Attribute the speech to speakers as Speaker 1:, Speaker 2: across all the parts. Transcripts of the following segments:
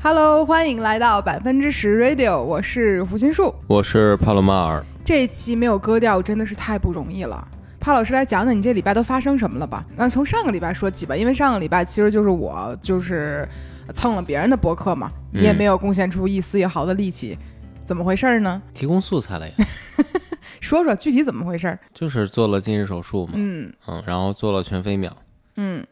Speaker 1: Hello，欢迎来到百分之十 Radio，我是胡心树。
Speaker 2: 我是帕洛马尔。
Speaker 1: 这一期没有割掉真的是太不容易了。帕老师来讲讲你这礼拜都发生什么了吧？那从上个礼拜说起吧，因为上个礼拜其实就是我就是蹭了别人的播客嘛，你也
Speaker 2: 嗯
Speaker 1: 没有贡献出一丝一毫的力气，怎么回事儿呢？
Speaker 2: 提供素材了 呀，
Speaker 1: 说说具体怎么回事儿？
Speaker 2: 就是做了近视手术嘛，
Speaker 1: 嗯
Speaker 2: 嗯，然后做了全飞秒，
Speaker 1: 嗯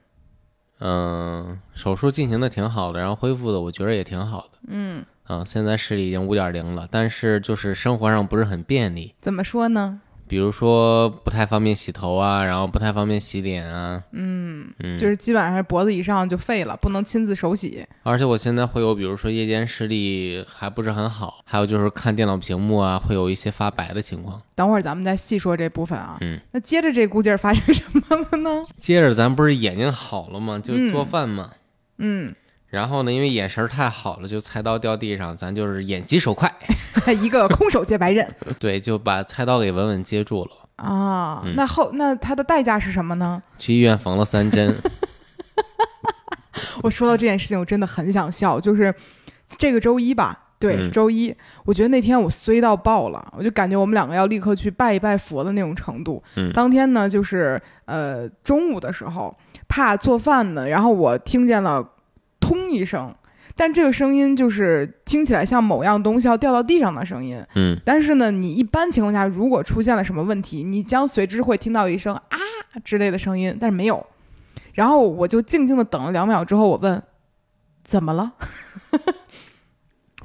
Speaker 2: 嗯，手术进行的挺好的，然后恢复的我觉得也挺好的，
Speaker 1: 嗯，
Speaker 2: 嗯，现在视力已经五点零了，但是就是生活上不是很便利，
Speaker 1: 怎么说呢？
Speaker 2: 比如说不太方便洗头啊，然后不太方便洗脸啊，
Speaker 1: 嗯，
Speaker 2: 嗯，
Speaker 1: 就是基本上是脖子以上就废了，不能亲自手洗。
Speaker 2: 而且我现在会有，比如说夜间视力还不是很好，还有就是看电脑屏幕啊，会有一些发白的情况。
Speaker 1: 等会儿咱们再细说这部分啊。
Speaker 2: 嗯，
Speaker 1: 那接着这股劲儿发生什么了呢？
Speaker 2: 接着咱不是眼睛好了吗？就
Speaker 1: 嗯
Speaker 2: 做饭嘛。
Speaker 1: 嗯，
Speaker 2: 然后呢，因为眼神儿太好了，就菜刀掉地上，咱就是眼疾手快，
Speaker 1: 一个空手接白刃。
Speaker 2: 对，就把菜刀给稳稳接住了。
Speaker 1: 啊，
Speaker 2: 嗯
Speaker 1: 那后那它的代价是什么呢？
Speaker 2: 去医院缝了三针，
Speaker 1: 我说到这件事情，我真的很想笑，就是这个周一吧。对，
Speaker 2: 嗯
Speaker 1: 周一，我觉得那天我衰到爆了，我就感觉我们两个要立刻去拜一拜佛的那种程度。
Speaker 2: 嗯
Speaker 1: 当天呢，就是呃中午的时候，怕做饭呢，然后我听见了通一声，但这个声音就是听起来像某样东西要掉到地上的声音。
Speaker 2: 嗯，
Speaker 1: 但是呢，你一般情况下，如果出现了什么问题，你将随之会听到一声啊之类的声音，但是没有。然后我就静静的等了两秒之后，我问怎么了？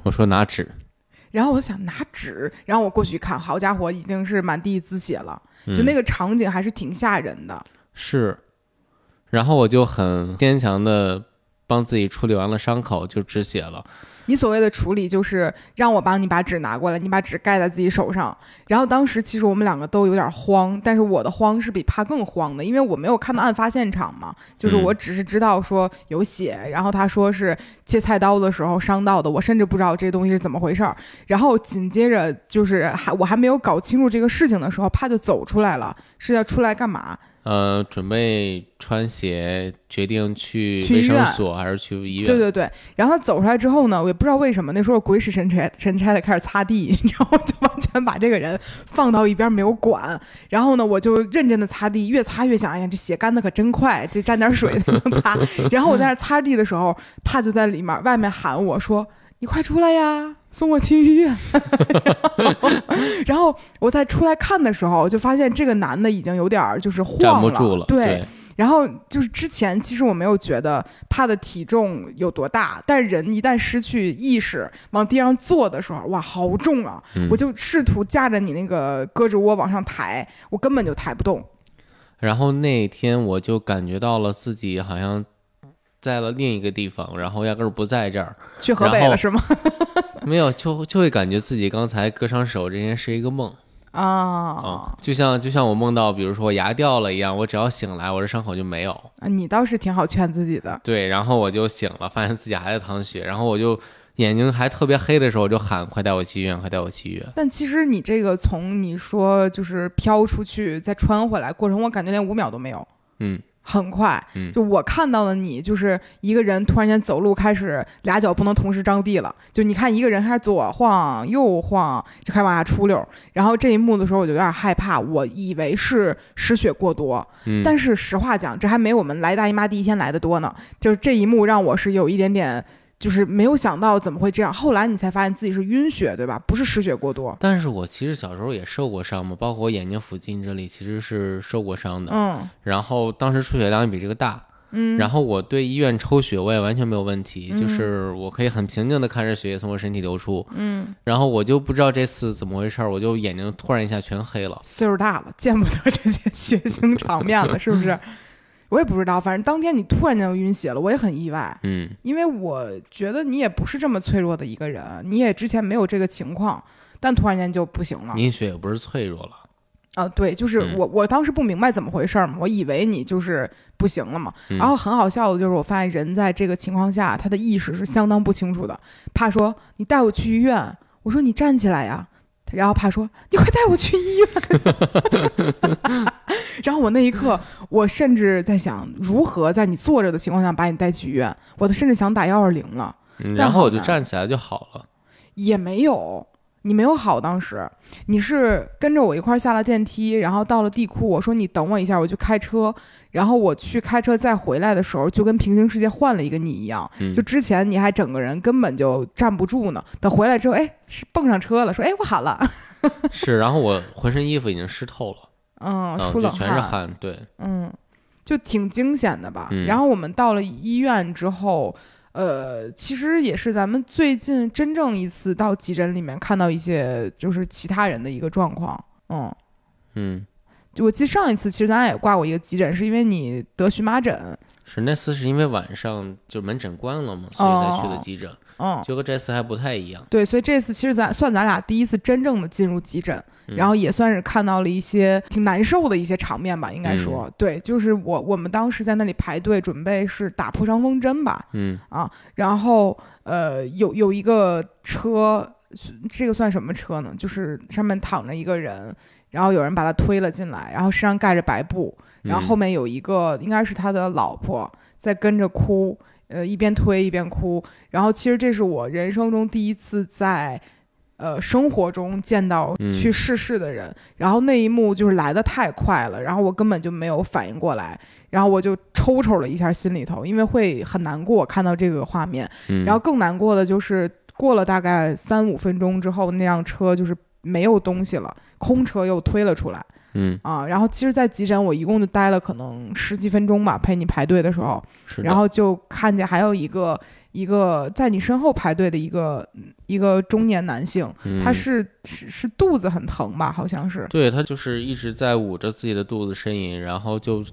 Speaker 2: 我说拿纸，
Speaker 1: 然后我想拿纸，然后我过去一看，好家伙，已经是满地滋血了，
Speaker 2: 嗯、
Speaker 1: 就那个场景还是挺吓人的。
Speaker 2: 是，然后我就很坚强的帮自己处理完了伤口，就止血了。
Speaker 1: 你所谓的处理就是让我帮你把纸拿过来，你把纸盖在自己手上。然后当时其实我们两个都有点慌，但是我的慌是比他更慌的，因为我没有看到案发现场嘛，就是
Speaker 2: 嗯
Speaker 1: 我只是知道说有血，然后他说是切菜刀的时候伤到的，我甚至不知道这东西是怎么回事儿。然后紧接着就是还我还没有搞清楚这个事情的时候，他就走出来了，是要出来干嘛？
Speaker 2: 呃，准备穿鞋，决定去
Speaker 1: 去医
Speaker 2: 卫生
Speaker 1: 院
Speaker 2: 所还是去医院？
Speaker 1: 对对对，然后他走出来之后呢，我也不知道为什么，那时候鬼使神差神差的开始擦地， 你知道，我就完全把这个人放到一边没有管。然后呢，我就认真的擦地，越擦越想，哎呀，这血干的可真快，这沾点水才能擦。 然后我在那擦地的时候，帕就在里面外面喊我说。你快出来呀！送我去医院。 然后然后我在出来看的时候，就发现这个男的已经有点儿就是晃
Speaker 2: 站不住了，对，
Speaker 1: 然后就是之前，其实我没有觉得他的体重有多大，但人一旦失去意识往地上坐的时候，哇，好重啊！
Speaker 2: 嗯
Speaker 1: 我就试图架着你那个胳肢窝往上抬，我根本就抬不动。
Speaker 2: 然后那天我就感觉到了自己好像在了另一个地方，然后压根儿不在这儿，
Speaker 1: 去河北
Speaker 2: 然后
Speaker 1: 了是吗？
Speaker 2: 没有就就会感觉自己刚才割伤手这件事一个梦啊、
Speaker 1: 啊，
Speaker 2: 就像就像我梦到，比如说我牙掉了一样，我只要醒来，我这伤口就没有。
Speaker 1: 啊你倒是挺好劝自己的。
Speaker 2: 对，然后我就醒了，发现自己还在淌血，然后我就眼睛还特别黑的时候，我就喊快带我去医院，快带我去医院。
Speaker 1: 但其实你这个从你说就是飘出去再穿回来过程，我感觉连五秒都没有。
Speaker 2: 嗯，
Speaker 1: 很快，
Speaker 2: 嗯
Speaker 1: 就我看到了你，就是一个人突然间走路开始俩脚不能同时张地了，就你看一个人开始左晃右晃，就开始往下出溜。然后这一幕的时候，我就有点害怕，我以为是失血过多，
Speaker 2: 嗯
Speaker 1: 但是实话讲，这还没我们来大姨妈第一天来的多呢。就是这一幕让我是有一点点，就是没有想到怎么会这样。后来你才发现自己是晕血，对吧？不是失血过多。
Speaker 2: 但是我其实小时候也受过伤嘛，包括我眼睛附近这里其实是受过伤的。
Speaker 1: 嗯
Speaker 2: 然后当时出血量也比这个大，
Speaker 1: 嗯，
Speaker 2: 然后我对医院抽血我也完全没有问题，
Speaker 1: 嗯
Speaker 2: 就是我可以很平静的看着血液从我身体流出，
Speaker 1: 嗯，
Speaker 2: 然后我就不知道这次怎么回事儿，我就眼睛突然一下全黑了。
Speaker 1: 岁数大了， 见不得这些血腥场面了，是不是？我也不知道，反正当天你突然间就晕血了，我也很意外，
Speaker 2: 嗯，
Speaker 1: 因为我觉得你也不是这么脆弱的一个人，你也之前没有这个情况，但突然间就不行了。
Speaker 2: 您血也不是脆弱了，
Speaker 1: 啊，对，就是
Speaker 2: 嗯
Speaker 1: 我，我当时不明白怎么回事儿嘛，我以为你就是不行了嘛。
Speaker 2: 嗯
Speaker 1: 然后很好笑的就是，我发现人在这个情况下，他的意识是相当不清楚的。怕说你带我去医院，我说你站起来呀，然后怕说你快带我去医院。 然后我那一刻，我甚至在想如何在你坐着的情况下把你带去医院，我都甚至想打幺二零了。
Speaker 2: 嗯
Speaker 1: 但
Speaker 2: 然后
Speaker 1: 好
Speaker 2: 我就
Speaker 1: 难
Speaker 2: 站起来就好了。
Speaker 1: 也没有，你没有好，当时你是跟着我一块儿下了电梯，然后到了地库，我说你等我一下，我去开车，然后我去开车再回来的时候，就跟平行世界换了一个你一样，
Speaker 2: 嗯
Speaker 1: 就之前你还整个人根本就站不住呢，等回来之后，哎，是蹦上车了，说哎我好了，
Speaker 2: 是，然后我浑身衣服已经湿透了，
Speaker 1: 嗯，
Speaker 2: 嗯，
Speaker 1: 出
Speaker 2: 就
Speaker 1: 冷
Speaker 2: 全是汗，对，
Speaker 1: 嗯，就挺惊险的吧。
Speaker 2: 嗯
Speaker 1: 然后我们到了医院之后，呃，其实也是咱们最近真正一次到急诊里面看到一些就是其他人的一个状况。嗯，
Speaker 2: 嗯，
Speaker 1: 就我记得上一次其实咱俩也挂过一个急诊，是因为你得荨麻疹。
Speaker 2: 是那次是因为晚上就门诊关了嘛，所以才去的
Speaker 1: 哦
Speaker 2: 急诊，
Speaker 1: 嗯，
Speaker 2: 就和这次还不太一样。
Speaker 1: 对，所以这次其实咱算咱俩第一次真正的进入急诊，
Speaker 2: 嗯
Speaker 1: 然后也算是看到了一些挺难受的一些场面吧，应该说，对，就是我我们当时在那里排队准备是打破伤风针吧，
Speaker 2: 嗯，
Speaker 1: 然后呃，有有一个车，这个算什么车呢？就是上面躺着一个人，然后有人把他推了进来，然后身上盖着白布，然后后
Speaker 2: 嗯
Speaker 1: 面有一个应该是他的老婆在跟着哭，呃，一边推一边哭。然后其实这是我人生中第一次在。呃，生活中见到
Speaker 2: 嗯
Speaker 1: 去逝世的人，然后那一幕就是来的太快了，然后我根本就没有反应过来，然后我就抽抽了一下心里头，因为会很难过看到这个画面，
Speaker 2: 嗯
Speaker 1: 然后更难过的就是过了大概三五分钟之后，那辆车就是没有东西了，空车又推了出来。
Speaker 2: 嗯，
Speaker 1: 啊，然后其实，在急诊我一共就待了可能十几分钟吧，陪你排队的时候，
Speaker 2: 是的
Speaker 1: 然后就看见还有一个一个在你身后排队的一个一个中年男性，他
Speaker 2: 嗯
Speaker 1: 是是是肚子很疼吧，好像是，
Speaker 2: 对他就是一直在捂着自己的肚子呻吟，然后就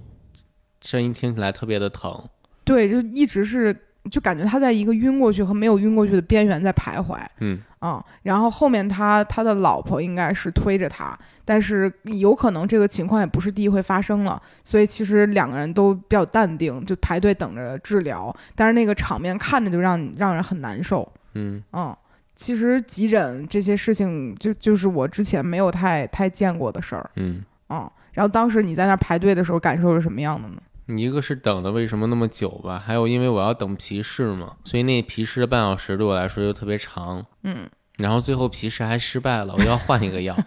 Speaker 2: 声音听起来特别的疼。
Speaker 1: 对，就一直是就感觉他在一个晕过去和没有晕过去的边缘在徘徊，
Speaker 2: 嗯
Speaker 1: 啊、然后后面他他的老婆应该是推着他，但是有可能这个情况也不是第一回发生了，所以其实两个人都比较淡定，就排队等着治疗。但是那个场面看着就让你让人很难受，
Speaker 2: 嗯
Speaker 1: 嗯。其实急诊这些事情就就是我之前没有太太见过的事儿，
Speaker 2: 嗯，
Speaker 1: 嗯。然后当时你在那儿排队的时候，感受是什么样的呢？
Speaker 2: 一个是等的为什么那么久吧，还有因为我要等皮试嘛，所以那皮试的半小时对我来说就特别长。
Speaker 1: 嗯，
Speaker 2: 然后最后皮试还失败了，我要换一个 药。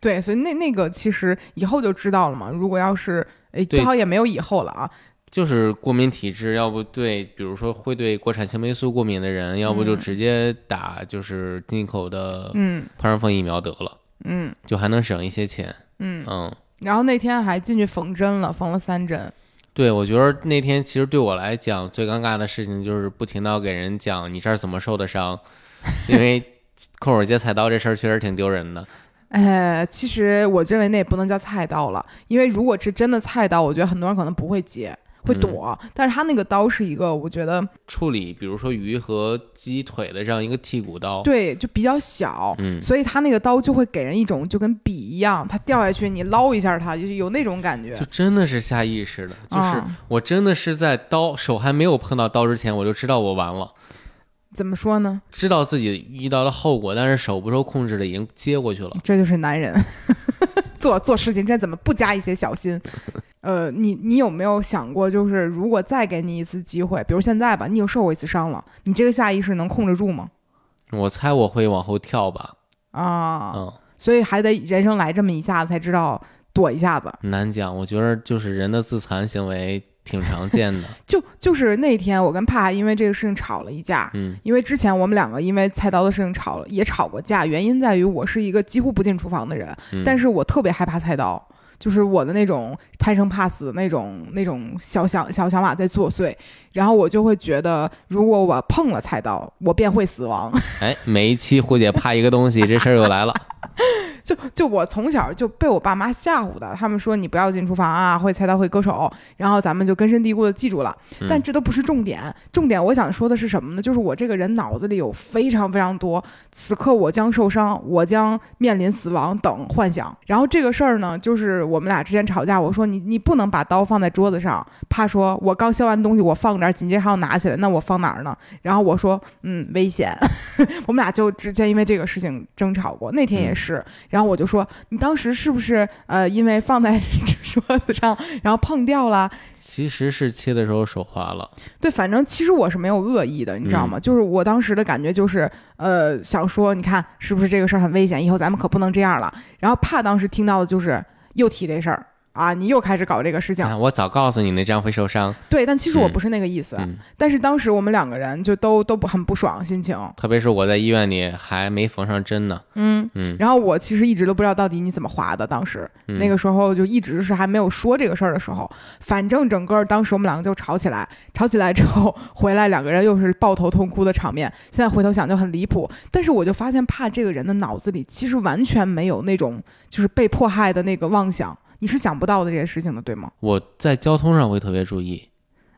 Speaker 1: 对，所以那那个其实以后就知道了嘛。如果要是哎，
Speaker 2: 对
Speaker 1: 最好也没有以后了啊。
Speaker 2: 就是过敏体质，要不对，比如说会对国产青霉素过敏的人，要不就直接打就是进口的
Speaker 1: 嗯
Speaker 2: 破伤风疫苗得了，
Speaker 1: 嗯
Speaker 2: 就还能省一些钱。
Speaker 1: 嗯。
Speaker 2: 嗯，
Speaker 1: 然后那天还进去缝针了，缝了三针。
Speaker 2: 对，我觉得那天其实对我来讲最尴尬的事情就是不停到给人讲你这儿怎么受的伤，因为空手接菜刀这事儿确实挺丢人的。
Speaker 1: 呃，其实我认为那也不能叫菜刀了，因为如果是真的菜刀，我觉得很多人可能不会接，会躲。
Speaker 2: 嗯
Speaker 1: 但是他那个刀是一个，我觉得
Speaker 2: 处理比如说鱼和鸡腿的这样一个剔骨刀，
Speaker 1: 对，就比较小，
Speaker 2: 嗯
Speaker 1: 所以他那个刀就会给人一种就跟笔一样，它掉下去你捞一下它，就是有那种感觉。
Speaker 2: 就真的是下意识的，就是
Speaker 1: 啊
Speaker 2: 我真的是在刀手还没有碰到刀之前，我就知道我完了。
Speaker 1: 怎么说呢？
Speaker 2: 知道自己遇到了后果，但是手不受控制的已经接过去了。
Speaker 1: 这就是男人 做做事情，这怎么不加一些小 心？呃，你你有没有想过，就是如果再给你一次机会，比如现在吧，你有受过一次伤了，你这个下意识能控制住吗？
Speaker 2: 我猜我会往后跳吧，
Speaker 1: 啊，
Speaker 2: 嗯，
Speaker 1: 所以还得人生来这么一下子才知道躲一下子。
Speaker 2: 难讲。我觉得就是人的自残行为挺常见的，
Speaker 1: 就就是那天我跟帕还因为这个事情吵了一架，
Speaker 2: 嗯
Speaker 1: 因为之前我们两个因为菜刀的事情吵了，也吵过架。原因在于我是一个几乎不进厨房的人，
Speaker 2: 嗯
Speaker 1: 但是我特别害怕菜刀，就是我的那种贪生怕死的那种那种小想小想法在作祟，然后我就会觉得，如果我碰了菜刀，我便会死亡。
Speaker 2: 哎，每一期胡姐怕一个东西，这事儿又来了。
Speaker 1: 就就我从小就被我爸妈吓唬的，他们说你不要进厨房啊，会菜刀会割手，然后咱们就根深蒂固的记住了。但这都不是重点，重点我想说的是什么呢？就是我这个人脑子里有非常非常多，此刻我将受伤，我将面临死亡等幻想。然后这个事儿呢，就是我们俩之前吵架，我说你你不能把刀放在桌子上，怕说我刚削完东西我放这儿，紧接着还要拿起来，那我放哪儿呢？然后我 说嗯危险，我们俩就之前因为这个事情争吵过，那天也是。然然后我就说你当时是不是呃因为放在 桌子上，然后碰掉了？
Speaker 2: 其实是切的时候手滑了，
Speaker 1: 对，反正其实我是没有恶意的，你知道
Speaker 2: 嗯
Speaker 1: 吗？就是我当时的感觉就是，呃，想说，你看是不是这个事儿很危险，以后咱们可不能这样了。然后怕当时听到的就是又提这事儿啊，你又开始搞这个事情。
Speaker 2: 啊我早告诉你那这样会受伤，
Speaker 1: 对，但其实我
Speaker 2: 嗯
Speaker 1: 不是那个意思，
Speaker 2: 嗯
Speaker 1: 但是当时我们两个人就都都不很不爽心情，
Speaker 2: 特别是我在医院里还没缝上针呢，
Speaker 1: 嗯。
Speaker 2: 嗯，
Speaker 1: 然后我其实一直都不知道到底你怎么滑的，当时、
Speaker 2: 嗯
Speaker 1: 那个时候就一直是还没有说这个事儿的时候，反正整个当时我们两个就吵起来，吵起来之后回来两个人又是抱头痛哭的场面，现在回头想就很离谱，但是我就发现怕这个人的脑子里其实完全没有那种就是被迫害的那个妄想，你是想不到的这些事情的，对吗？
Speaker 2: 我在交通上会特别注意，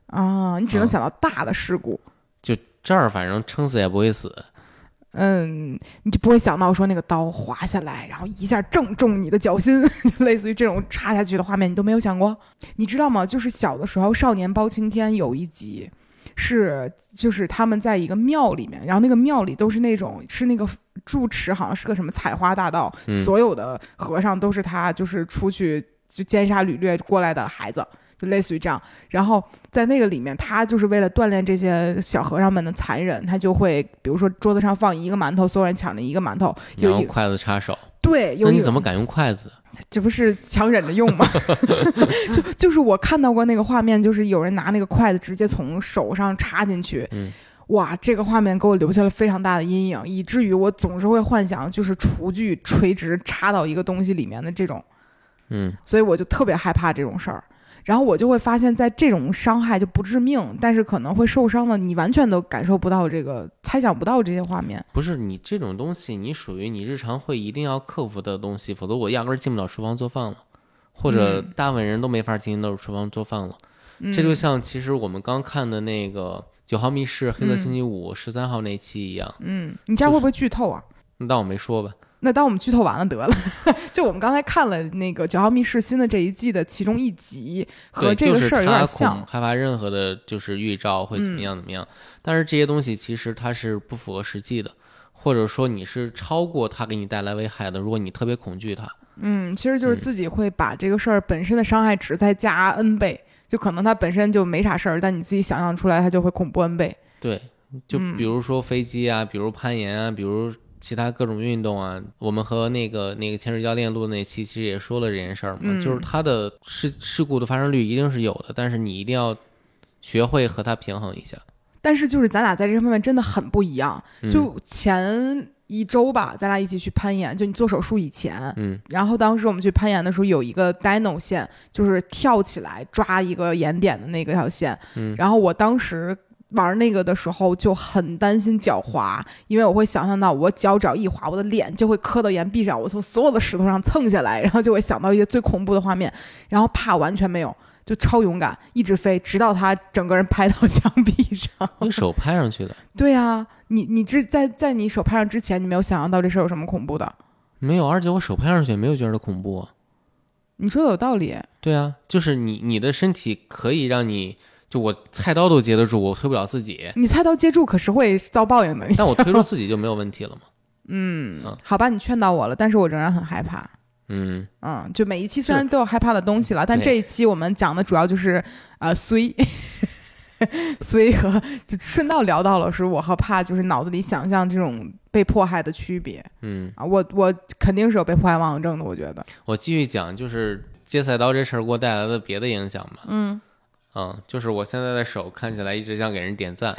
Speaker 1: 啊，你只能
Speaker 2: 嗯
Speaker 1: 想到大的事故，
Speaker 2: 这儿反正撑死也不会死，
Speaker 1: 嗯，你就不会想到说那个刀划下来，然后一下正中你的脚心，就 类似于这种插下去的画面，你都没有想过。你知道吗？就是小的时候，《少年包青天》有一集是就是他们在一个庙里面，然后那个庙里都是那种是那个住持，好像是个什么采花大盗，
Speaker 2: 嗯
Speaker 1: 所有的和尚都是他，就是出去就奸杀掳掠过来的孩子。就类似于这样，然后在那个里面，他就是为了锻炼这些小和尚们的残忍，他就会，比如说桌子上放一个馒头，所有人抢着一个馒头，
Speaker 2: 你要
Speaker 1: 有
Speaker 2: 用
Speaker 1: 一个
Speaker 2: 筷子插手，
Speaker 1: 对，有
Speaker 2: 那
Speaker 1: 一
Speaker 2: 你
Speaker 1: 个
Speaker 2: 怎么敢用筷子？
Speaker 1: 这不是强忍着用吗？ 就就是我看到过那个画面，就是有人拿那个筷子直接从手上插进去，
Speaker 2: 嗯
Speaker 1: 哇，这个画面给我留下了非常大的阴影，以至于我总是会幻想就是厨具垂直插到一个东西里面的这种，
Speaker 2: 嗯，
Speaker 1: 所以我就特别害怕这种事儿。然后我就会发现，在这种伤害就不致命，但是可能会受伤的，你完全都感受不到这个，猜想不到这些画面。
Speaker 2: 不是你这种东西，你属于你日常会一定要克服的东西，否则我压根儿进不了厨房做饭了，或者
Speaker 1: 嗯
Speaker 2: 大部分人都没法进到厨房做饭了。
Speaker 1: 嗯、
Speaker 2: 这就像其实我们刚看的那个《九号密室》黑色星期五十三号那期一样，
Speaker 1: 嗯，你这样会不会剧透啊？
Speaker 2: 那当我没说吧。
Speaker 1: 那当我们剧透完了得了， 就我们刚才看了那个《九号密室》新的这一季的其中一集，和
Speaker 2: 对，
Speaker 1: 这
Speaker 2: 就
Speaker 1: 个
Speaker 2: 是
Speaker 1: 事儿有
Speaker 2: 他
Speaker 1: 点
Speaker 2: 恐
Speaker 1: 像。
Speaker 2: 害怕任何的，就是预兆会怎
Speaker 1: 嗯
Speaker 2: 么样怎么样。但是这些东西其实它是不符合实际的，或者说你是超过它给你带来危害的。如果你特别恐惧它，
Speaker 1: 嗯，其实就是
Speaker 2: 嗯
Speaker 1: 自己会把这个事儿本身的伤害值再加 n 倍，就可能它本身就没啥事儿，但你自己想象出来，它就会恐怖 n 倍。
Speaker 2: 对，就
Speaker 1: 嗯
Speaker 2: 比如说飞机啊，比如攀岩啊，比如其他各种运动啊。我们和那个那个潜水教练录的那期，其实也说了这件事儿嘛，
Speaker 1: 嗯
Speaker 2: 就是它的事事故的发生率一定是有的，但是你一定要学会和它平衡一下。
Speaker 1: 但是就是咱俩在这方面真的很不一样。
Speaker 2: 嗯
Speaker 1: 就前一周吧，咱俩一起去攀岩，就你做手术以前，
Speaker 2: 嗯
Speaker 1: 然后当时我们去攀岩的时候，有一个 dino 线，就是跳起来抓一个岩点的那个条线。
Speaker 2: 嗯
Speaker 1: 然后我当时玩那个的时候就很担心脚滑，因为我会想象到我脚只要一滑，我的脸就会磕到岩壁上，我从所有的石头上蹭下来，然后就会想到一些最恐怖的画面，然后怕完全没有。就超勇敢，一直飞，直到他整个人拍到墙壁上。
Speaker 2: 用手拍上去的，
Speaker 1: 对啊，你你之在在你手拍上之前，你没有想象到这事儿有什么恐怖的。
Speaker 2: 没有，而且我手拍上去也没有觉得恐怖啊。
Speaker 1: 你说的有道理，
Speaker 2: 对啊，就是你你的身体可以让你，就我菜刀都接得住，我推不了 自己，
Speaker 1: 你菜刀接住可是会遭报应的。
Speaker 2: 但我推住自己就没有问题了嘛。
Speaker 1: 嗯
Speaker 2: 嗯，
Speaker 1: 好吧，你劝到我了，但是我仍然很害怕。
Speaker 2: 嗯，
Speaker 1: 嗯，就每一期虽然都有害怕的东西了，但
Speaker 2: 对
Speaker 1: 这一期我们讲的主要就是呃，虽 虽和就顺道聊到了是我和怕，就是脑子里想象这种被迫害的区别
Speaker 2: 嗯，
Speaker 1: 啊。我我肯定是有被迫害妄想症的，我觉得。
Speaker 2: 我继续讲，就是接菜刀这事儿给我带来的别的影响吧。
Speaker 1: 嗯，
Speaker 2: 嗯，就是我现在的手看起来一直像给人点赞。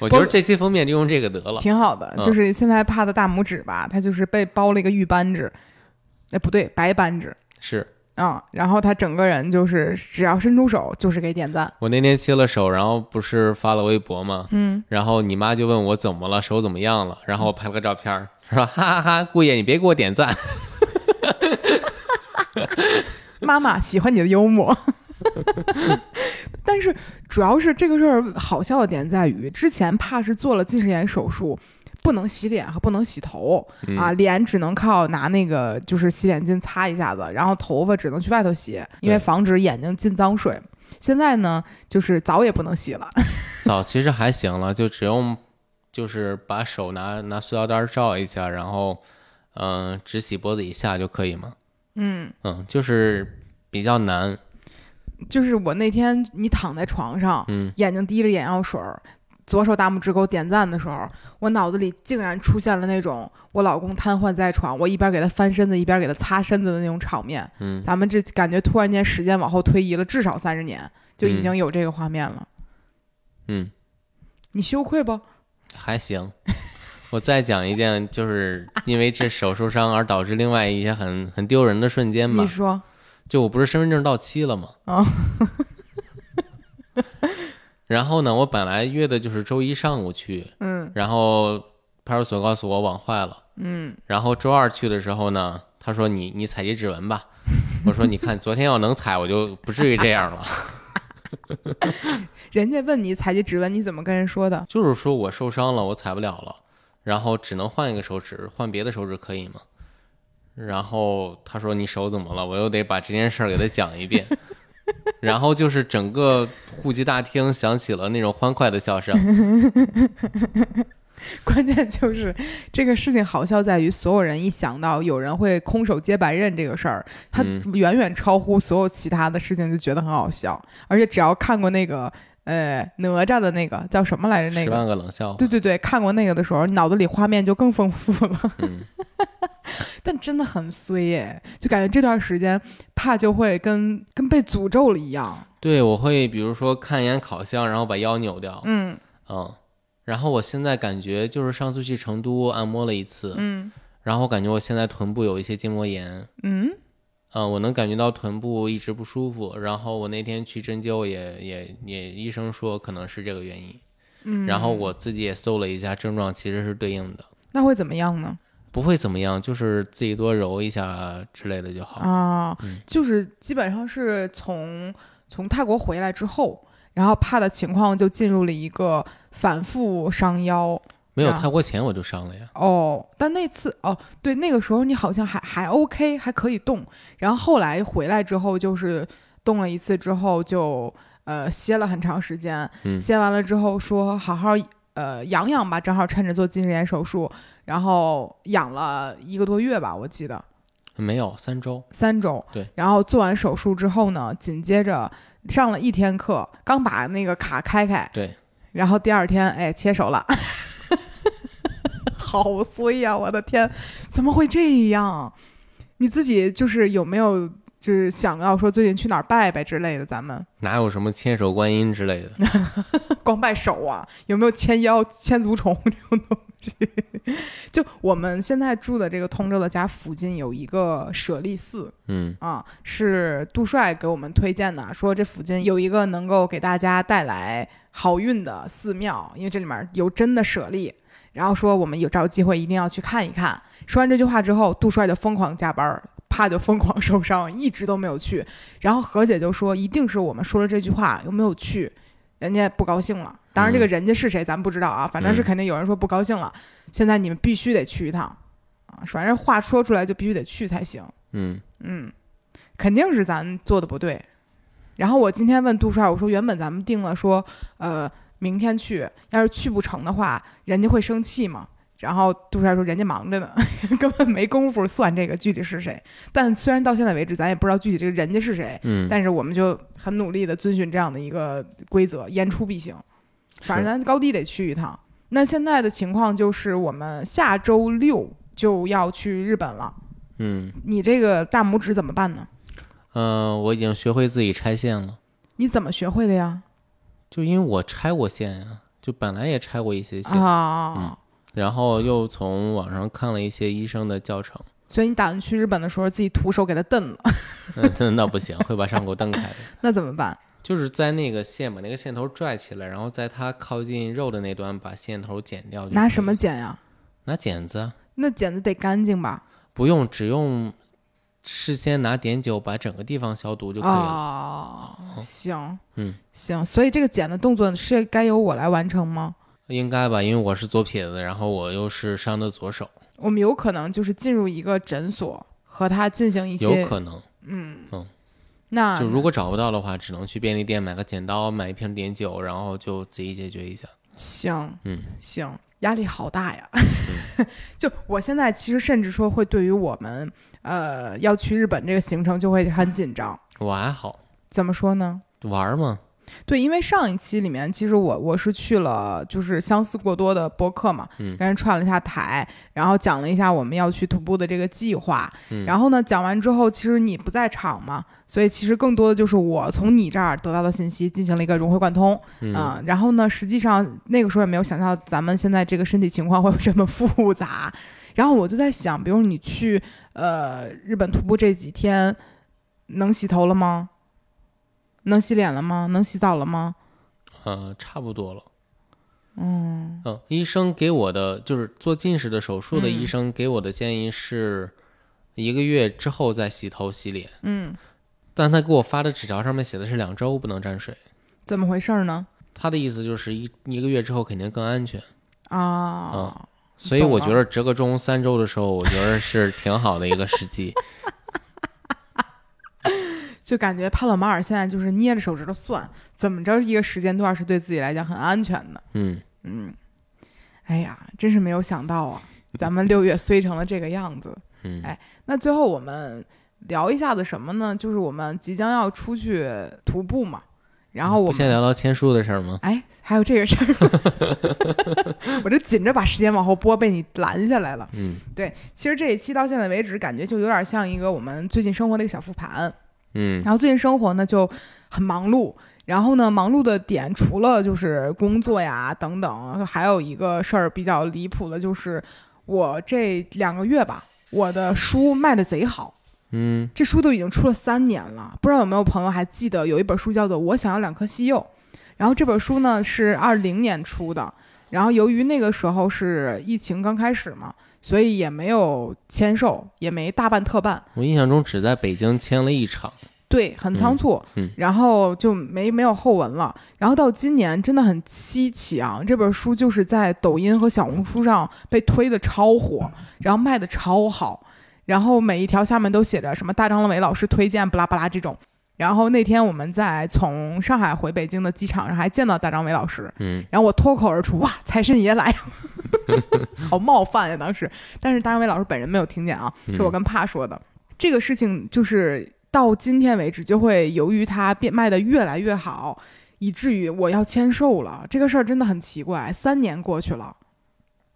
Speaker 2: 我觉得这期封面就用这个得了。
Speaker 1: 挺好的，
Speaker 2: 嗯
Speaker 1: 就是现在怕的大拇指吧，它就是被包了一个玉扳指，哎不对，白扳指
Speaker 2: 是
Speaker 1: 啊、然后他整个人就是只要伸出手就是给点赞。
Speaker 2: 我那天切了手，然后不是发了微博吗？
Speaker 1: 嗯，
Speaker 2: 然后你妈就问我怎么了，手怎么样了，然后我拍了个照片儿，说哈哈哈，顾爷你别给我点赞。
Speaker 1: 妈妈喜欢你的幽默。 但是主要是这个事儿好笑的点在于，之前怕是做了近视眼手术，不能洗脸和不能洗头、
Speaker 2: 嗯
Speaker 1: 啊，脸只能靠拿那个就是洗脸巾擦一下子，然后头发只能去外头洗，因为
Speaker 2: 对
Speaker 1: 防止眼睛进脏水。现在呢，就是澡也不能洗了，
Speaker 2: 澡其实还行了，就只用就是把手拿拿塑料袋罩一下，然后嗯、呃只洗脖子以下就可以吗？
Speaker 1: 嗯，
Speaker 2: 嗯，就是比较难，
Speaker 1: 就是我那天你躺在床上，
Speaker 2: 嗯
Speaker 1: 眼睛滴着眼药水儿，左手大拇指给我点赞的时候，我脑子里竟然出现了那种我老公瘫痪在床，我一边给他翻身子，一边给他擦身子的那种场面。
Speaker 2: 嗯，
Speaker 1: 咱们这感觉突然间时间往后推移了至少三十年，就已
Speaker 2: 嗯
Speaker 1: 经有这个画面了。
Speaker 2: 嗯，
Speaker 1: 你羞愧不？
Speaker 2: 还行。 我再讲一件，就是因为这手受伤而导致另外一些很很丢人的瞬间吧
Speaker 1: 你。说，
Speaker 2: 就我不是身份证到期了吗？
Speaker 1: 哦
Speaker 2: 然后呢，我本来约的就是周一上午去，
Speaker 1: 嗯
Speaker 2: 然后派出所告诉我网坏了。
Speaker 1: 嗯
Speaker 2: 然后周二去的时候呢，他说你你采集指纹 吧。我说你看，昨天要能采，我就不至于这样了。
Speaker 1: 人家问你采集指纹，你怎么跟人说的？
Speaker 2: 就是说我受伤了，我采不了了，然后只能换一个手指，换别的手指可以吗？然后他说你手怎么了？我又得把这件事儿给他讲 一遍。然后就是整个户籍大厅响起了那种欢快的笑声。
Speaker 1: 关键就是这个事情好笑在于，所有人一想到有人会空手接白刃这个事儿，他
Speaker 2: 嗯
Speaker 1: 远远超乎所有其他的事情，就觉得很好笑。而且只要看过那个呃哪吒的那个叫什么来着 那
Speaker 2: 十
Speaker 1: 个。
Speaker 2: 万个冷笑话
Speaker 1: 对，对对，看过那个的时候，脑子里画面就更丰富了。
Speaker 2: 嗯
Speaker 1: 但真的很衰耶，就感觉这段时间怕就会跟跟被诅咒了一样。
Speaker 2: 对，我会比如说看一眼烤箱，然后把腰扭掉，
Speaker 1: 嗯
Speaker 2: 嗯，然后我现在感觉就是上次去成都按摩了一次，
Speaker 1: 嗯
Speaker 2: 然后我感觉我现在臀部有一些筋膜炎，
Speaker 1: 嗯
Speaker 2: 嗯，我能感觉到臀部一直不舒服。然后我那天去针灸也也也，医生说可能是这个原因。
Speaker 1: 嗯。
Speaker 2: 然后我自己也搜了一下症状，其实是对应的，
Speaker 1: 那会怎么样呢？
Speaker 2: 不会怎么样，就是自己多揉一下之类的就好。
Speaker 1: 啊，
Speaker 2: 嗯
Speaker 1: 就是基本上是从从泰国回来之后，然后怕的情况就进入了一个反复伤腰
Speaker 2: 没有
Speaker 1: 啊
Speaker 2: 泰国前我就伤了呀，
Speaker 1: 哦。但那次哦，对，那个时候你好像还还 OK，还可以动，然后后来回来之后就是动了一次之后就呃歇了很长时间，
Speaker 2: 嗯
Speaker 1: 歇完了之后说好好。呃，养养吧，正好趁着做近视眼手术，然后养了一个多月吧，我记得。
Speaker 2: 没有三周。
Speaker 1: 三周，
Speaker 2: 对，
Speaker 1: 然后做完手术之后呢，紧接着上了一天课，刚把那个卡开开，
Speaker 2: 对，
Speaker 1: 然后第二天，哎，切手了， 好衰呀、我的天，怎么会这样？你自己就是有没有就是想要说最近去哪儿拜拜之类的？咱们
Speaker 2: 哪有什么千手观音之类的？
Speaker 1: 光拜手啊，有没有牵腰、牵足虫这种东西？ 就我们现在住的这个通州的家附近有一个舍利寺，
Speaker 2: 嗯
Speaker 1: 啊，是杜帅给我们推荐的，说这附近有一个能够给大家带来好运的寺庙，因为这里面有真的舍利。然后说我们有找机会一定要去看一看。说完这句话之后，杜帅就疯狂加班儿，怕就疯狂 受伤，一直都没有去。然后何姐就说，一定是我们说了这句话又没有去，人家不高兴了。当然这个
Speaker 2: 嗯
Speaker 1: 人家是谁咱不知道啊，反正是
Speaker 2: 嗯
Speaker 1: 肯定有人说不高兴了。现在你们必须得去一趟啊，反正话说出来就必须得去才行。
Speaker 2: 嗯，
Speaker 1: 嗯，肯定是咱做的不对。然后我今天问杜帅，我说原本咱们定了说，呃，明天去，要是去不成的话，人家会生气吗？然后杜帅说人家忙着呢， 根本没工夫算这个具体是谁。但虽然到现在为止咱也不知道具体这个人家是谁，
Speaker 2: 嗯
Speaker 1: 但是我们就很努力的遵循这样的一个规则，言出必行。反正咱高低得去一趟。那现在的情况就是，我们下周六就要去日本了。
Speaker 2: 嗯
Speaker 1: 你这个大拇指怎么办呢？
Speaker 2: 嗯、呃我已经学会自己拆线了。
Speaker 1: 你怎么学会的呀？
Speaker 2: 就因为我拆过线呀、就本来也拆过一些线，
Speaker 1: 啊、
Speaker 2: 嗯然后又从网上看了一些医生的教程，
Speaker 1: 所以你打算去日本的时候自己徒手给它蹬了，
Speaker 2: 那那不行，会把伤口蹬开的。
Speaker 1: 那怎么办？
Speaker 2: 就是在那个线把那个线头拽起来，然后在它靠近肉的那端把线头剪掉就可以了。
Speaker 1: 拿什么剪呀？
Speaker 2: 拿剪子啊？
Speaker 1: 那剪子得干净吧？
Speaker 2: 不用，只用事先拿碘酒把整个地方消毒就可以了。
Speaker 1: 哦，行，
Speaker 2: 嗯，
Speaker 1: 行。所以这个剪的动作是该由我来完成吗？
Speaker 2: 应该吧，因为我是左撇子，然后我又是伤的左手，
Speaker 1: 我们有可能就是进入一个诊所和他进行一
Speaker 2: 有
Speaker 1: 些，
Speaker 2: 可能。
Speaker 1: 啊那
Speaker 2: 就如果找不到的话，只能去便利店买个剪刀，买一瓶碘酒，然后就自己解决一下。
Speaker 1: 行，
Speaker 2: 嗯
Speaker 1: 行。压力好大呀！ 就我现在其实甚至说会对于我们呃要去日本这个行程就会很紧张。
Speaker 2: 我还好
Speaker 1: 怎么说呢？
Speaker 2: 玩儿嘛，
Speaker 1: 对，因为上一期里面，其实我我是去了就是相似过多的播客嘛，
Speaker 2: 嗯
Speaker 1: 跟人串了一下台，然后讲了一下我们要去徒步的这个计划，
Speaker 2: 嗯
Speaker 1: 然后呢，讲完之后，其实你不在场嘛，所以其实更多的就是我从你这儿得到的信息进行了一个融会贯通，
Speaker 2: 嗯，
Speaker 1: 啊，然后呢，实际上那个时候也没有想到咱们现在这个身体情况会有这么复杂。然后我就在想，比如你去呃日本徒步这几天，能洗头了吗？能洗脸了吗？能洗澡了吗？
Speaker 2: 呃，差不多了。嗯医生给我的就是做近视的手术的
Speaker 1: 嗯
Speaker 2: 医生给我的建议是，一个月之后再洗头洗脸。嗯，但他给我发的纸条上面写的是两周不能沾水。
Speaker 1: 怎么回事儿呢？
Speaker 2: 他的意思就是一一个月之后肯定更安全，
Speaker 1: 啊，
Speaker 2: 所以
Speaker 1: 懂
Speaker 2: 我
Speaker 1: 了
Speaker 2: 觉得折个中三周的时候，我觉得是挺好的一个 时机。
Speaker 1: 就感觉帕洛马尔现在就是捏着手指头算，怎么着一个时间段是对自己来讲很安全的。
Speaker 2: 嗯，
Speaker 1: 嗯，哎呀，真是没有想到 啊，咱们六月衰成了这个样子。
Speaker 2: 嗯
Speaker 1: 哎那最后我们聊一下子什么呢？就是我们即将要出去徒步嘛，然后我
Speaker 2: 嗯不先
Speaker 1: 们
Speaker 2: 聊聊签书的事儿吗？
Speaker 1: 哎，还有这个事儿， 我这紧着把时间往后拨，被你拦下来了。
Speaker 2: 嗯
Speaker 1: 对，其实这一期到现在为止，感觉就有点像一个我们最近生活的一个小复盘。
Speaker 2: 嗯
Speaker 1: 然后最近生活呢就很忙碌，然后呢忙碌的点除了就是工作呀等等，还有一个事儿比较离谱的就是我这两个月吧，我的书卖的贼好。
Speaker 2: 嗯，
Speaker 1: 这书都已经出了三年了，不知道有没有朋友还记得有一本书叫做《我想要两颗西柚》，然后这本书呢是二零年出的，然后由于那个时候是疫情刚开始嘛，所以也没有签售，也没大办特办，
Speaker 2: 我印象中只在北京签了一场。
Speaker 1: 对，很仓促，
Speaker 2: 嗯嗯
Speaker 1: 然后就没没有后文了。然后到今年真的很稀奇啊，这本书就是在抖音和小红书上被推的超火，然后卖的超好，然后每一条下面都写着什么大张伟老师推荐，巴拉巴拉这种。然后那天我们在从上海回北京的机场上还见到大张伟老师，
Speaker 2: 嗯
Speaker 1: 然后我脱口而出：“哇，财神爷来了！” 好冒犯呀、当时。但是大张伟老师本人没有听见啊，
Speaker 2: 嗯
Speaker 1: 是我跟帕说的。这个事情就是到今天为止，就会由于它变卖的越来越好，以至于我要签售了。这个事儿真的很奇怪，三年过去了，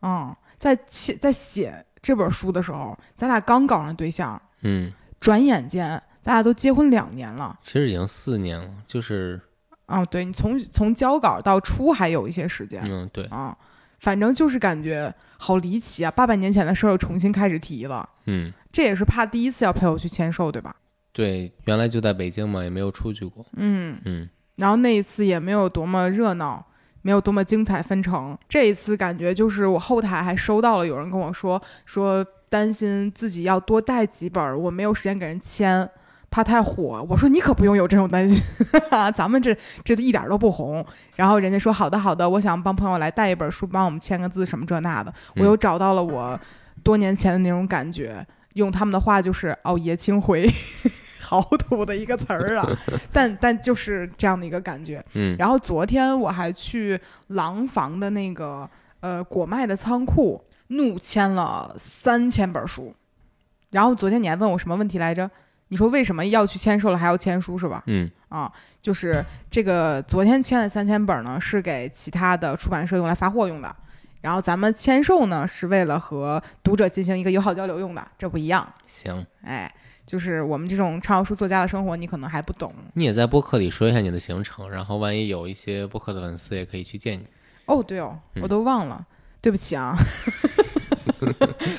Speaker 1: 嗯，在写在写这本书的时候，咱俩刚搞上对象，
Speaker 2: 嗯，
Speaker 1: 转眼间大家都结婚两年了。
Speaker 2: 其实已经四年了，就是
Speaker 1: 啊、对你从从交稿到出还有一些时间，
Speaker 2: 嗯对，
Speaker 1: 啊，反正就是感觉好离奇啊！八百年前的事儿又重新开始提了，
Speaker 2: 嗯。
Speaker 1: 这也是怕第一次要陪我去签售，对吧？
Speaker 2: 对，原来就在北京嘛，也没有出去过。
Speaker 1: 嗯，
Speaker 2: 嗯，
Speaker 1: 然后那一次也没有多么热闹，没有多么精彩纷呈。这一次感觉就是我后台还收到了有人跟我说说担心自己要多带几本儿，我没有时间给人签。怕太火，我说你可不用有这种担心， 咱们这这一点儿都不红。然后人家说好的好的，我想帮朋友来带一本书，帮我们签个字什么这那的。我又找到了我多年前的那种感觉，用他们的话就是“哦，爷青回”， 好土的一个词儿啊，但但就是这样的一个感觉。
Speaker 2: 嗯
Speaker 1: 然后昨天我还去廊坊的那个呃果麦的仓库怒签了三千本书，然后昨天你还问我什么问题来着？你说为什么要去签售了还要签书是吧？
Speaker 2: 嗯
Speaker 1: 啊，就是这个昨天签的三千本呢，是给其他的出版社用来发货用的。然后咱们签售呢，是为了和读者进行一个友好交流用的，这不一样。
Speaker 2: 行，
Speaker 1: 哎，就是我们这种畅销书作家的生活，你可能还不懂。
Speaker 2: 你也在播客里说一下你的行程，然后万一有一些播客的粉丝也可以去见你。
Speaker 1: 哦，对哦，我
Speaker 2: 嗯
Speaker 1: 都忘了，对不起啊。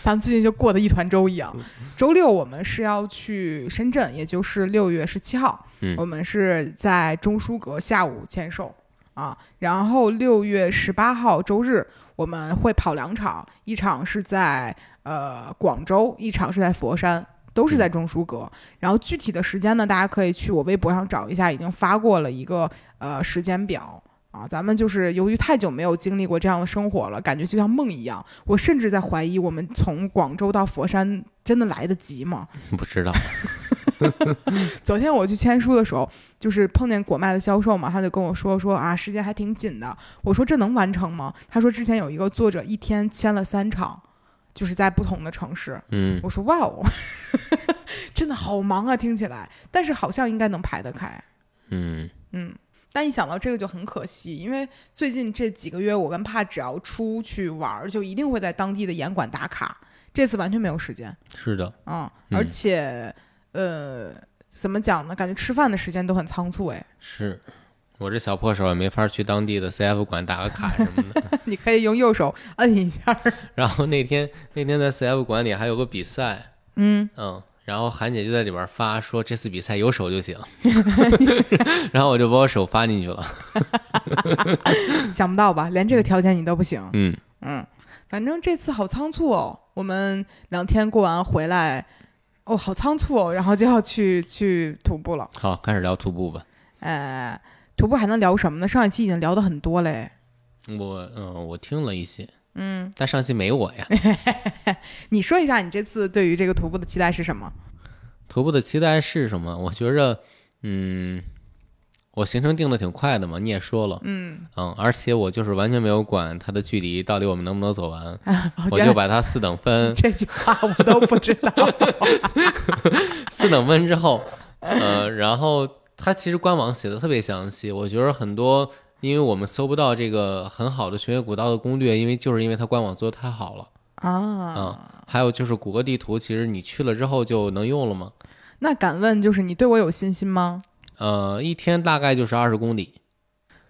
Speaker 1: 咱们最近就过得一团粥一样。周六我们是要去深圳，也就是六月十七号，
Speaker 2: 嗯
Speaker 1: 我们是在中书阁下午签售啊。然后六月十八号周日我们会跑两场，一场是在呃广州，一场是在佛山。都是
Speaker 2: 嗯
Speaker 1: 在中书阁，然后具体的时间呢，大家可以去我微博上找一下，已经发过了一个呃时间表啊。咱们就是由于太久没有经历过这样的生活了，感觉就像梦一样。我甚至在怀疑，我们从广州到佛山真的来得及吗？
Speaker 2: 不知道，
Speaker 1: 昨天我去签书的时候，就是碰见果麦的销售嘛，他就跟我说说啊，时间还挺紧的。我说这能完成吗？他说之前有一个作者一天签了三场，就是在不同的城市。
Speaker 2: 嗯，
Speaker 1: 我说哇哦， 真的好忙啊，听起来，但是好像应该能排得开。
Speaker 2: 嗯，
Speaker 1: 嗯，但一想到这个就很可惜，因为最近这几个月，我跟帕只要出去玩儿，就一定会在当地的严管打卡。这次完全没有时间，
Speaker 2: 是的，
Speaker 1: 嗯，
Speaker 2: 嗯
Speaker 1: 而且，呃，怎么讲呢？感觉吃饭的时间都很仓促，哎，
Speaker 2: 是我这小破手也没法去当地的 CF 馆打个卡什么的。
Speaker 1: 你可以用右手摁一下儿，
Speaker 2: 然后那天那天在 CF 馆里还有个比赛，
Speaker 1: 嗯，
Speaker 2: 嗯，然后韩姐就在里边发说这次比赛有手就 行，然后我就把我手发进去了。
Speaker 1: 想不到吧？连这个条件你都不行，
Speaker 2: 嗯，
Speaker 1: 嗯，反正这次好仓促哦。我们两天过完回来，哦，好仓促哦，然后就要去去徒步了。
Speaker 2: 好，开始聊徒步吧。
Speaker 1: 呃，徒步还能聊什么呢？上一期已经聊的很多哎嘞。
Speaker 2: 我嗯、我听了一些，
Speaker 1: 嗯，
Speaker 2: 但上期没我呀。
Speaker 1: 你说一下你这次对于这个徒步的期待是什 么？
Speaker 2: 徒步的期待是什么？我觉着，嗯，我行程定的挺快的嘛，你也说了，
Speaker 1: 嗯，
Speaker 2: 嗯，而且我就是完全没有管它的距离到底我们能不能走完，我
Speaker 1: 原
Speaker 2: 就
Speaker 1: 来，
Speaker 2: 把它四等 分
Speaker 1: 这句话我都不知道。
Speaker 2: 四等分之后，呃，然后它其实官网写的特别详细，我觉得很多，因为我们搜不到这个很好的全越古道的攻略，因为就是因为它官网做的太好了，
Speaker 1: 啊，
Speaker 2: 嗯，还有就是谷歌地图，其实你去了之后就能用了嘛，
Speaker 1: 那敢问就是你对我有信心吗？
Speaker 2: 呃，一天大概就是二十公里。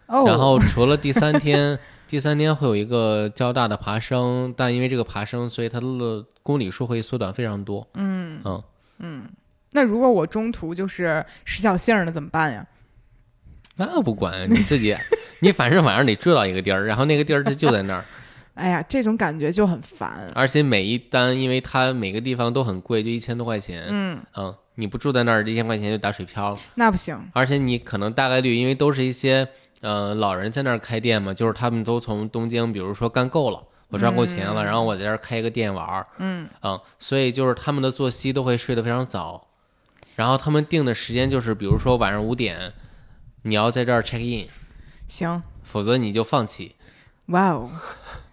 Speaker 1: 哦，
Speaker 2: 然后除了第三天， 第三天会有一个较大的爬升，但因为这个爬升，所以它的公里数会缩短非常多。嗯嗯，
Speaker 1: 那如果我中途就是使小性儿了怎么办呀？
Speaker 2: 那不管你自己，你反正晚上得追到一个地儿，然后那个地儿它就在那儿，
Speaker 1: 哎呀，这种感觉就很烦。
Speaker 2: 而且每一单，因为它每个地方都很贵，就一千多块钱。
Speaker 1: 嗯，
Speaker 2: 嗯，你不住在那儿，这一千块钱就打水漂了。
Speaker 1: 那不行。
Speaker 2: 而且你可能大概率，因为都是一些呃老人在那儿开店嘛，就是他们都从东京，比如说干够了，我赚够钱了，然后我在这儿开一个店玩儿，
Speaker 1: 嗯
Speaker 2: 嗯，所以就是他们的作息都会睡得非常早，然后他们定的时间就是，比如说晚上五点，你要在这儿 check in，
Speaker 1: 行，
Speaker 2: 否则你就放弃。
Speaker 1: 哇 哦，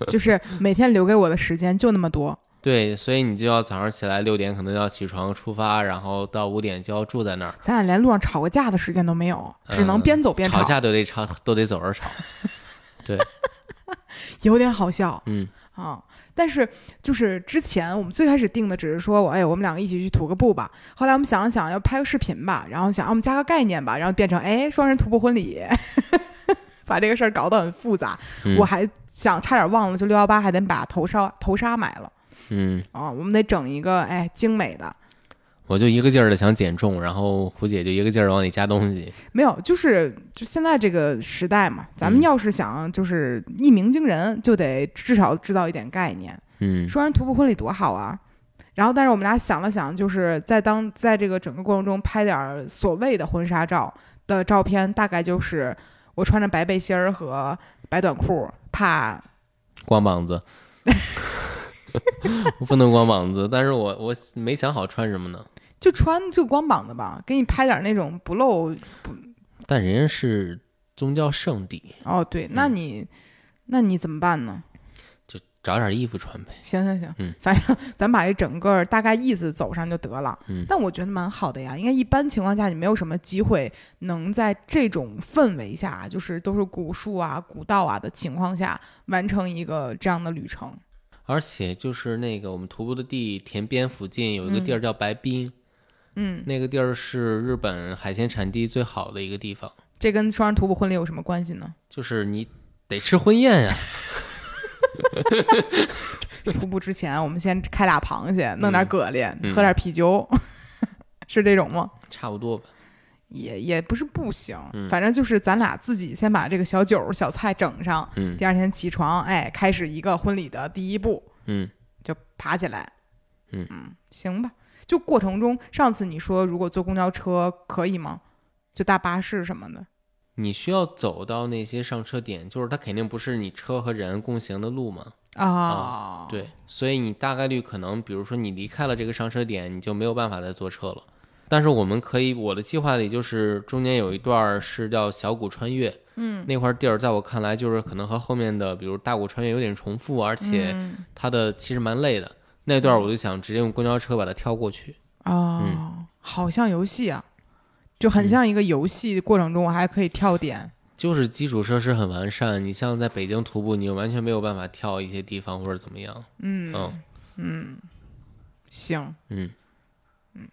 Speaker 1: 就是每天留给我的时间就那么多。
Speaker 2: 对，所以你就要早上起来六点可能要起床出发，然后到五点就要住在那儿，
Speaker 1: 咱俩连路上吵过架的时间都没有，只能
Speaker 2: 嗯
Speaker 1: 边走边
Speaker 2: 吵架都得吵，都得走着吵。对，
Speaker 1: 有点好笑。
Speaker 2: 嗯
Speaker 1: 啊，但是就是之前我们最开始定的只是说我哎，我们两个一起去徒个步吧。后来我们想了想，要拍个视频吧，然后想啊我们加个概念吧，然后变成哎双人徒步婚礼， 把这个事儿搞得很复杂。
Speaker 2: 嗯
Speaker 1: 我还想差点忘了，就六幺八还得把头纱头纱买了
Speaker 2: 嗯，
Speaker 1: 啊，我们得整一个哎精美的。
Speaker 2: 我就一个劲儿的想减重，然后胡姐就一个劲儿地往里加东西。
Speaker 1: 没有，就是就现在这个时代嘛，咱们
Speaker 2: 嗯
Speaker 1: 要是想就是一鸣惊人，就得至少制造一点概念。
Speaker 2: 嗯
Speaker 1: 双人徒步婚礼多好啊！然后，但是我们俩想了想，就是在当在这个整个过程中拍点儿所谓的婚纱照的照片，大概就是我穿着白背心儿和白短裤，怕
Speaker 2: 光膀子， 我不能光膀子，但是我我没想好穿什么呢。
Speaker 1: 就穿就光膀子吧，给你拍点儿那种不露。
Speaker 2: 但人家是宗教圣地，
Speaker 1: 哦，对，那你、那你怎么办呢？
Speaker 2: 就找点衣服穿呗。
Speaker 1: 行行行，
Speaker 2: 嗯
Speaker 1: 反正咱把这整个大概意思走上就得了。
Speaker 2: 嗯
Speaker 1: 但我觉得蛮好的呀，应该一般情况下你没有什么机会能在这种氛围下，就是都是古树啊、古道啊的情况下，完成一个这样的旅程。
Speaker 2: 而且就是那个我们徒步的地田边附近有一个地儿叫白滨，
Speaker 1: 嗯，
Speaker 2: 那个地儿是日本海鲜产地最好的一个地方，
Speaker 1: 这跟双人徒步婚礼有什么关系呢？
Speaker 2: 就是你得吃婚宴呀、
Speaker 1: 徒步之前，我们先开俩螃蟹，弄点
Speaker 2: 嗯
Speaker 1: 蛤蜊，
Speaker 2: 嗯
Speaker 1: 喝点啤酒， 是这种吗？
Speaker 2: 差不多吧。
Speaker 1: 也也不是不行，
Speaker 2: 嗯
Speaker 1: 反正就是咱俩自己先把这个小酒儿小菜整上，
Speaker 2: 嗯
Speaker 1: 第二天起床，哎，开始一个婚礼的第一步，
Speaker 2: 嗯，
Speaker 1: 就爬起来。
Speaker 2: 嗯
Speaker 1: 行吧。就过程中，上次你说如果坐公交车可以吗？就大巴士什么的。
Speaker 2: 你需要走到那些上车点，就是它肯定不是你车和人共行的路嘛。
Speaker 1: 啊、，
Speaker 2: 哦对，所以你大概率可能，比如说你离开了这个上车点，你就没有办法再坐车了。但是我们可以，我的计划里就是中间有一段儿是叫小谷穿越，嗯，那块地儿在我看来就是可能和后面的比如大谷穿越有点重复，而且
Speaker 1: 嗯
Speaker 2: 它的其实蛮累的。那段儿我就想直接用公交车把它跳过去，
Speaker 1: 哦，
Speaker 2: 嗯
Speaker 1: 好像游戏啊，就很像一个游戏过程中，我还可以跳点。
Speaker 2: 就是基础设施很完善。你像在北京徒步，你完全没有办法跳一些地方或者怎么样。
Speaker 1: 嗯
Speaker 2: 嗯
Speaker 1: 嗯，行，
Speaker 2: 嗯，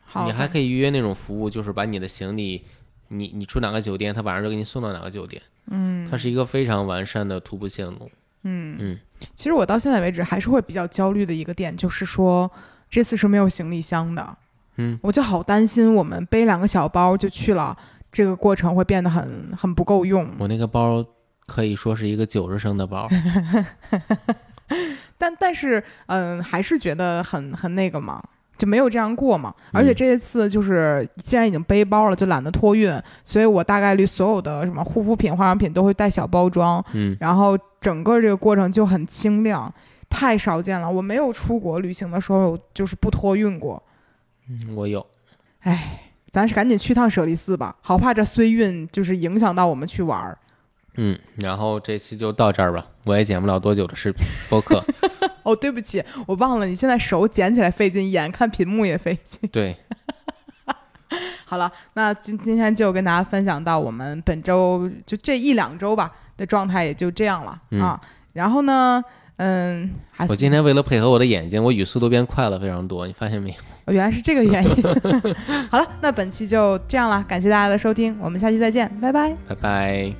Speaker 1: 好，
Speaker 2: 你还可以预约那种服务，就是把你的行李，你你住哪个酒店，他晚上就给你送到哪个酒店。嗯，它是一个非常完善的徒步线路。
Speaker 1: 其实我到现在为止还是会比较焦虑的一个点，就是说这次是没有行李箱的。
Speaker 2: 嗯，
Speaker 1: 我就好担心我们背两个小包就去了，这个过程会变得很很不够用。
Speaker 2: 我那个包可以说是一个九十升的 包，
Speaker 1: 但但是，嗯，还是觉得很很那个嘛，就没有这样过嘛。
Speaker 2: 嗯
Speaker 1: 而且这一次就是，既然已经背包了，就懒得托运，所以我大概率所有的什么护肤品、化妆品都会带小包装，
Speaker 2: 嗯，
Speaker 1: 然后整个这个过程就很清亮，太少见了。我没有出国旅行的时候就是不托运过，
Speaker 2: 我有。
Speaker 1: 哎，咱是赶紧去趟舍利寺吧，好怕这衰运就是影响到我们去玩儿。
Speaker 2: 嗯，然后这期就到这儿吧，我也剪不了多久的视频播 客。
Speaker 1: 哦，对不起，我忘了，你现在手捡起来费劲，眼看屏幕也费劲。
Speaker 2: 对，
Speaker 1: 好了，那今今天就跟大家分享到我们本周就这一两周吧的状态也就这样了、
Speaker 2: 嗯
Speaker 1: 啊。然后呢，嗯，还
Speaker 2: 我
Speaker 1: 是
Speaker 2: 今天为了配合我的眼睛，我语速都变快了非常多，你发现没有？
Speaker 1: 哦原来是这个原 因。 好了，那本期就这样了，感谢大家的收听，我们下期再见，拜拜。
Speaker 2: 拜拜。